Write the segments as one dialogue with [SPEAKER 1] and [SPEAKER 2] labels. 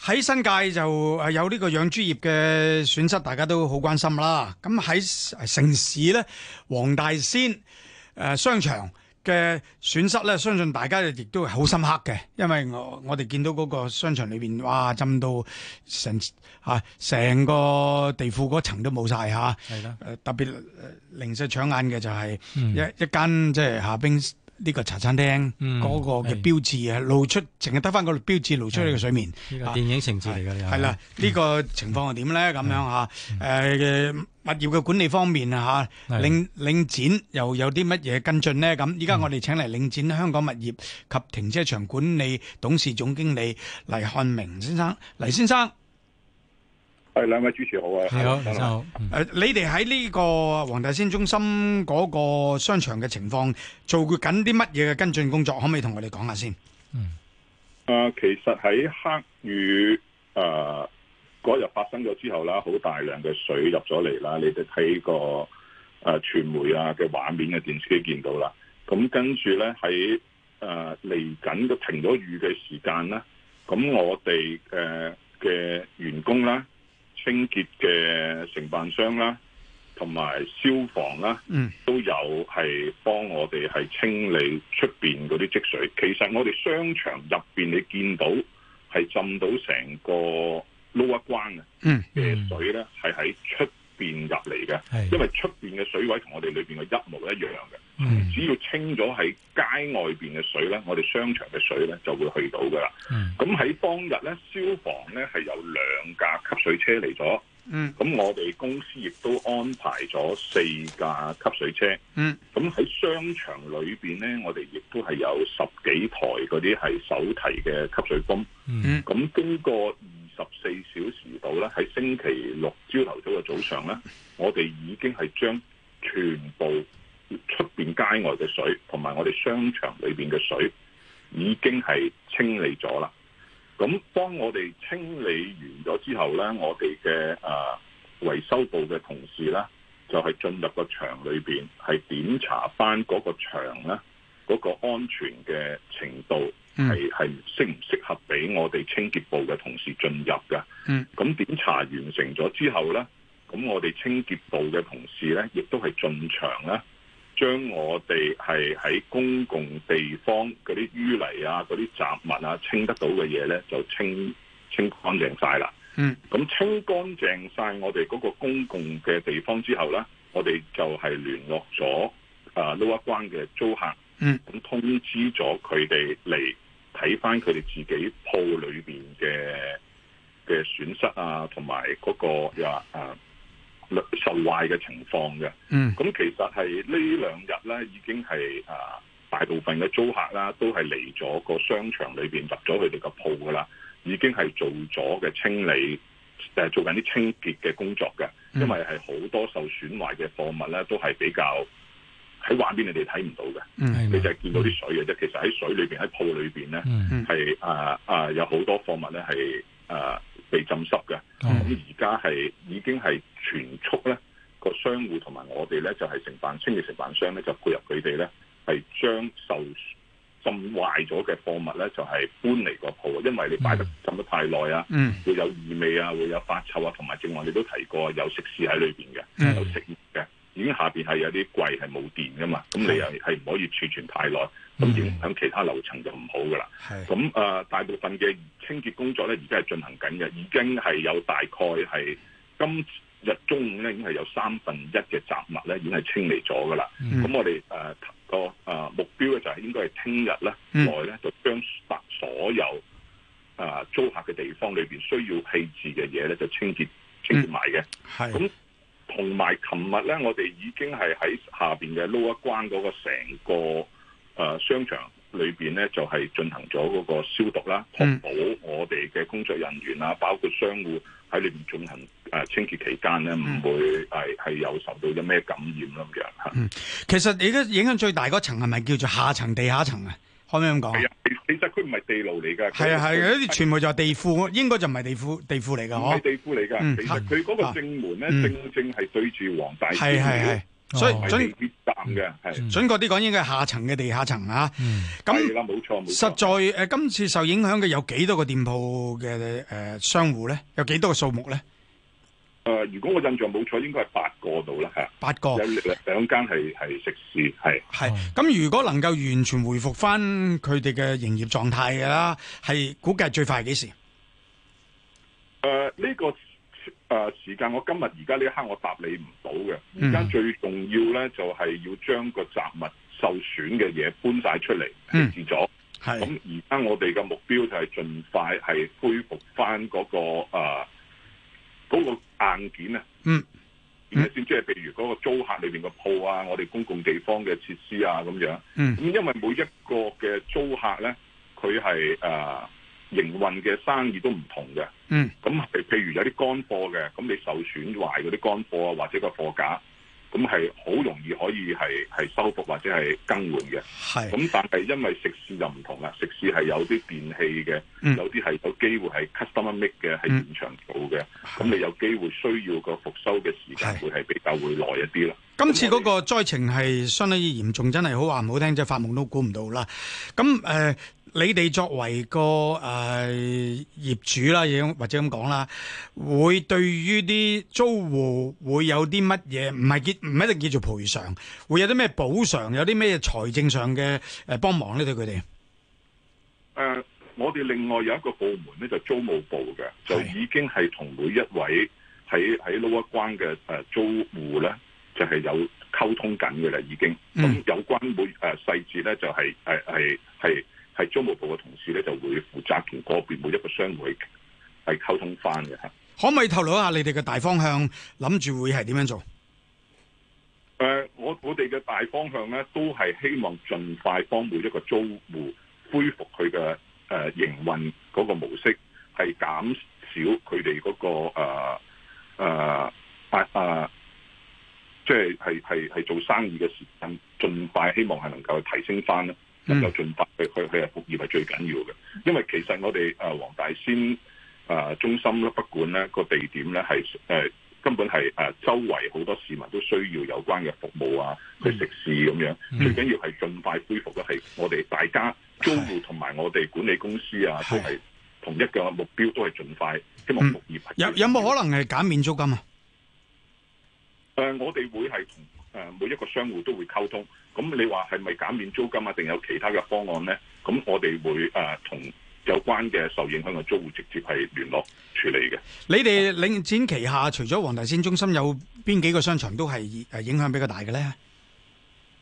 [SPEAKER 1] 喺新界就誒有呢個養豬業嘅損失，大家都好關心啦。咁喺城市呢，黃大仙誒、呃商場嘅損失呢，相信大家亦都係好深刻嘅，因為我我哋見到嗰個商場裏邊，哇，浸到成嚇成個地庫嗰層都冇晒嚇。
[SPEAKER 2] 係啦，
[SPEAKER 1] 誒特別誒呃零舍搶眼嘅就係一一間即係夏冰呢個茶餐廳
[SPEAKER 2] 嗯
[SPEAKER 1] 嗰個嘅
[SPEAKER 2] 係
[SPEAKER 1] 標誌啊，露出淨係得翻個標誌露出呢個水面。
[SPEAKER 2] 呢個電影情節嚟㗎，你
[SPEAKER 1] 係啦，呢個情況係點咧？咁樣嚇，誒物業嘅管理方面啊嚇，
[SPEAKER 2] 係
[SPEAKER 1] 領領展又有啲乜嘢跟進呢？咁依家我哋請嚟領展香港物業及停車場管理董事總經理黎漢明先生，黎先生。
[SPEAKER 3] 係兩位主持好啊！
[SPEAKER 2] 你好，你好，嗯
[SPEAKER 1] 誒、呃你哋喺呢個黃大仙中心嗰個商場嘅情況，做緊啲乜嘢嘅跟進工作？可唔可以同我哋講下先？
[SPEAKER 3] 啊，其實喺黑雨誒嗰日發生咗之後啦，好大量嘅水入咗嚟啦，你哋睇個誒、呃、傳媒啊嘅畫面嘅電視機見到啦。咁跟住咧喺誒嚟緊嘅停咗雨嘅時間啦，咁我哋誒嘅員工啦、清潔嘅承辦商啦，同埋消防啦。
[SPEAKER 1] 嗯，
[SPEAKER 3] 都有係幫我哋係清理出邊嗰啲積水。其實我哋商場入邊你見到係浸到成個撈一關啊
[SPEAKER 1] 嗯
[SPEAKER 3] 嘅水咧，係喺出邊入嚟嘅，
[SPEAKER 2] 係，
[SPEAKER 3] 因為出邊嘅水位同我哋裏邊嘅一模一樣嘅。
[SPEAKER 2] 嗯
[SPEAKER 3] 只要清咗喺街外邊嘅水咧，我哋商場嘅水咧就會去到噶啦。
[SPEAKER 2] 嗯
[SPEAKER 3] 咁喺當日咧，消防咧係有兩架吸水車嚟咗。
[SPEAKER 1] 嗯
[SPEAKER 3] 咁我哋公司亦都安排咗四架吸水車。
[SPEAKER 1] 嗯
[SPEAKER 3] 咁喺商場裏邊咧，我哋亦都係有十幾台嗰啲係手提嘅吸水泵。
[SPEAKER 2] 嗯
[SPEAKER 3] 咁經過二十四小時度咧，喺星期六朝頭早嘅早上咧，我哋已經係將全部出邊街外嘅水同埋我哋商場裏邊嘅水已經係清理咗啦。咁當我哋清理完咗之後咧，我哋嘅誒維修部嘅同事咧，就係、進入個場裏邊係檢查翻嗰個場咧嗰、個安全嘅程度。
[SPEAKER 1] 嗯
[SPEAKER 3] 係係適唔適合俾我哋清潔部嘅同事進入嘅。
[SPEAKER 1] 嗯，
[SPEAKER 3] 咁檢查完成咗之後咧，咁我哋清潔部嘅同事咧，亦都係進場咧，將我哋係喺公共地方嗰啲淤泥啊、嗰啲雜物啊清得到嘅嘢咧，就清清乾淨晒啦。
[SPEAKER 1] 嗯，
[SPEAKER 3] 咁清乾淨晒我哋嗰個公共嘅地方之後咧，我哋就係聯絡咗啊撈一關嘅租客。咁通知咗佢哋嚟睇翻佢哋自己鋪裏邊嘅嘅損失啊，同埋嗰個又話啊受壞嘅情況嘅。
[SPEAKER 1] 嗯
[SPEAKER 3] 咁其實係呢兩日咧，已經係啊大部分嘅租客啦，都係嚟咗個商場裏邊入咗佢哋個鋪噶啦，已經係做咗嘅清理，誒做緊啲清潔嘅工作嘅，
[SPEAKER 1] 嗯
[SPEAKER 3] 因為係好多受損壞嘅貨物咧，都係比較喺畫面你哋睇唔到嘅。
[SPEAKER 1] 嗯
[SPEAKER 2] 係
[SPEAKER 3] 你就係見到啲水嘅啫。其實喺水裏邊，喺鋪裏邊咧，
[SPEAKER 2] 嗯
[SPEAKER 3] 係啊啊有好多貨物咧係啊被浸濕嘅。咁
[SPEAKER 2] 嗯
[SPEAKER 3] 而家係已經係全速咧個商戶同埋我哋咧就係承辦清潔承辦商咧就配合佢哋咧係將受浸壞咗嘅貨物咧就係搬嚟個鋪，啊因為你擺得浸得太耐啊。
[SPEAKER 1] 嗯
[SPEAKER 3] 會有異味啊，會有發臭啊，同埋正話你都提過有食肆喺裏邊
[SPEAKER 1] 嗯
[SPEAKER 3] 嘅，有食物嘅，已經下邊係有啲櫃係冇電噶嘛，咁你又係唔可以儲存太耐，
[SPEAKER 2] 嗯
[SPEAKER 3] 咁影響其他樓層就唔好噶啦。
[SPEAKER 1] 係
[SPEAKER 3] 咁誒、呃大部分嘅清潔工作咧，而家係進行緊嘅，已經係有大概係今日中午咧，已經係有三分一嘅雜物咧，已經係清理咗噶啦。
[SPEAKER 2] 嗯
[SPEAKER 3] 咁我哋誒個誒目標咧就係應該係聽日咧
[SPEAKER 1] 嗯
[SPEAKER 3] 內咧就將所所有誒、呃租客嘅地方裏邊需要棄置嘅嘢咧就清潔清潔埋嘅。
[SPEAKER 1] 係
[SPEAKER 3] 咁同埋琴日咧，我哋已經係喺下邊嘅撈一關嗰個成個誒、呃商場裏邊咧，就係、進行咗嗰個消毒啦，
[SPEAKER 1] 嗯
[SPEAKER 3] 確保我哋嘅工作人員啊，包括商戶喺裏邊進行誒、呃清潔期間咧，
[SPEAKER 1] 嗯啊
[SPEAKER 3] 唔會係係有受到有咩感染咁樣嚇。
[SPEAKER 1] 其實而家影響最大嗰層係咪叫做下層地下層啊？可唔可以咁講
[SPEAKER 3] 係
[SPEAKER 1] 啊？
[SPEAKER 3] 啊，其其實佢唔係地牢嚟㗎，
[SPEAKER 1] 係啊係，
[SPEAKER 3] 佢
[SPEAKER 1] 有啲全部就係地庫，應該就唔係地庫地庫嚟㗎
[SPEAKER 3] 唔係
[SPEAKER 1] 嗬。
[SPEAKER 3] 地庫嚟㗎。
[SPEAKER 1] 嗯
[SPEAKER 3] 其實佢嗰個正門咧，
[SPEAKER 1] 嗯
[SPEAKER 3] 正正係對住黃大仙
[SPEAKER 1] 係係係
[SPEAKER 3] 廟
[SPEAKER 1] 所以
[SPEAKER 2] 哦
[SPEAKER 3] 係
[SPEAKER 1] 準
[SPEAKER 3] 地鐵站嘅，係
[SPEAKER 2] 嗯
[SPEAKER 1] 準確啲講，應該係下層嘅地下層啊。
[SPEAKER 2] 嗯
[SPEAKER 1] 咁
[SPEAKER 3] 係啦，冇錯冇
[SPEAKER 1] 實
[SPEAKER 3] 錯。
[SPEAKER 1] 在誒、呃今次受影響嘅有幾多個店鋪嘅誒商户咧？有幾多個數目咧？
[SPEAKER 3] 誒，呃如果我印象冇錯，應該係八個度啦，係啊
[SPEAKER 1] 八個
[SPEAKER 3] 有。兩間係係食肆，係
[SPEAKER 1] 係
[SPEAKER 2] 哦
[SPEAKER 1] 咁，如果能夠完全回復翻佢哋嘅營業狀態嘅啦，係估計最快係幾時？
[SPEAKER 3] 誒呃呢個誒時間，我今日而家呢一刻我答你唔到嘅。而
[SPEAKER 1] 嗯
[SPEAKER 3] 家最重要咧，就係要將個雜物受損嘅嘢搬晒出嚟
[SPEAKER 1] 嗯
[SPEAKER 3] 棄置咗。咁
[SPEAKER 1] 係
[SPEAKER 3] 而家我哋嘅目標就係盡快係恢復翻嗰個誒嗰個硬件啊。
[SPEAKER 1] 嗯。
[SPEAKER 3] 而家先即係譬如嗰個租客裏邊嘅鋪啊，我哋公共地方嘅設施啊咁樣。
[SPEAKER 1] 嗯
[SPEAKER 3] 咁因為每一個嘅租客咧，佢係誒營運嘅生意都唔同嘅。
[SPEAKER 1] 嗯
[SPEAKER 3] 咁係譬如有啲乾貨嘅，咁你受損壞嗰啲乾貨啊，或者個貨架，咁係好容易可以係係修復或者係更換嘅。
[SPEAKER 1] 係
[SPEAKER 3] 咁但係因為食肆就唔同啦，食肆係有啲電器嘅，
[SPEAKER 1] 嗯
[SPEAKER 3] 有啲係有機會係 customer make 嘅，係
[SPEAKER 1] 嗯
[SPEAKER 3] 現場做嘅，咁你有機會需要個復修嘅時間
[SPEAKER 1] 係
[SPEAKER 3] 會係比較會耐一啲啦。
[SPEAKER 1] 今次嗰個災情係相當之嚴重，真係好話唔好聽，即係發夢都估唔到啦。咁誒、呃你哋作為個誒、呃、業主啦，亦或者咁講啦，會對於啲租戶會有啲乜嘢？唔係叫唔一定叫做賠償，會有啲咩補償？有啲咩財政上嘅誒幫忙呢？對佢哋？
[SPEAKER 3] 誒、呃我哋另外有一個部門咧，就租務部嘅，就
[SPEAKER 1] 係
[SPEAKER 3] 已經係同每一位喺喺 lower 關嘅誒租戶咧，就係、有溝通緊嘅啦，已經。咁、
[SPEAKER 1] 嗯
[SPEAKER 3] 有關每誒、細節咧，就係誒係係係租務部嘅同事咧，就會負責同個別每一個商會係溝通翻嘅。誒、
[SPEAKER 1] 可唔可以透露一下你哋嘅大方向，諗住會係點樣做？
[SPEAKER 3] 呃我我哋嘅大方向咧，都係希望盡快幫每一個租戶恢復佢嘅誒營運嗰個模式，係減少佢哋嗰個誒誒、呃啊啊即係係係係做生意嘅時間，盡快希望係能夠提升翻咧，
[SPEAKER 1] 嗯
[SPEAKER 3] 能夠盡快去去去復業係最緊要嘅。因為其實我哋誒黃大仙誒、呃中心咧，不管咧個地點咧係誒根本係誒、呃周圍好多市民都需要有關嘅服務啊，去食肆咁樣，
[SPEAKER 2] 嗯
[SPEAKER 3] 最緊要係盡快恢復咧，係我哋大家租戶同埋我哋管理公司啊，都
[SPEAKER 1] 係嗯
[SPEAKER 3] 係同一個目標，都係盡快希望復業係最緊要。
[SPEAKER 1] 有有冇可能係減免租金啊？
[SPEAKER 3] 誒、呃我哋會係同誒每一個商戶都會溝通。咁你話係咪減免租金啊？定有其他嘅方案咧？咁我哋會誒、呃同有關嘅受影響嘅租戶直接係聯絡處理嘅。
[SPEAKER 1] 你哋領展旗下除咗黃大仙中心，有邊幾個商場都係誒影響比較大嘅咧？
[SPEAKER 3] 誒、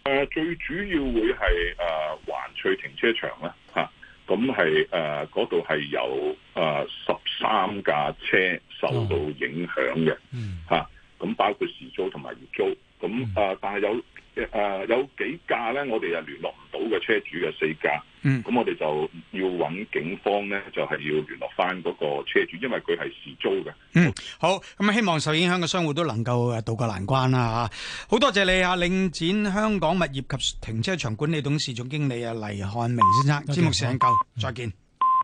[SPEAKER 3] 呃最主要會係誒、呃、環翠停車場啦，嚇、咁係誒嗰度係有誒十三架車受到影響嘅。
[SPEAKER 2] 嗯
[SPEAKER 3] 嚇，咁、包括時租同埋月租，咁誒、呃但係有誒、呃有幾架咧，我哋又聯絡唔到嘅車主嘅四架，
[SPEAKER 1] 嗯
[SPEAKER 3] 咁我哋就要揾警方咧，就係、要聯絡翻嗰個車主，因為佢係時租嘅。
[SPEAKER 1] 好，咁啊希望受影響嘅商戶都能夠呃誒渡過難關啦嚇！好多謝你啊，領展香港物業及停車場管理董事總經理啊黎漢明先生，
[SPEAKER 2] 多謝
[SPEAKER 1] 節目時間夠，再見。
[SPEAKER 2] 嗯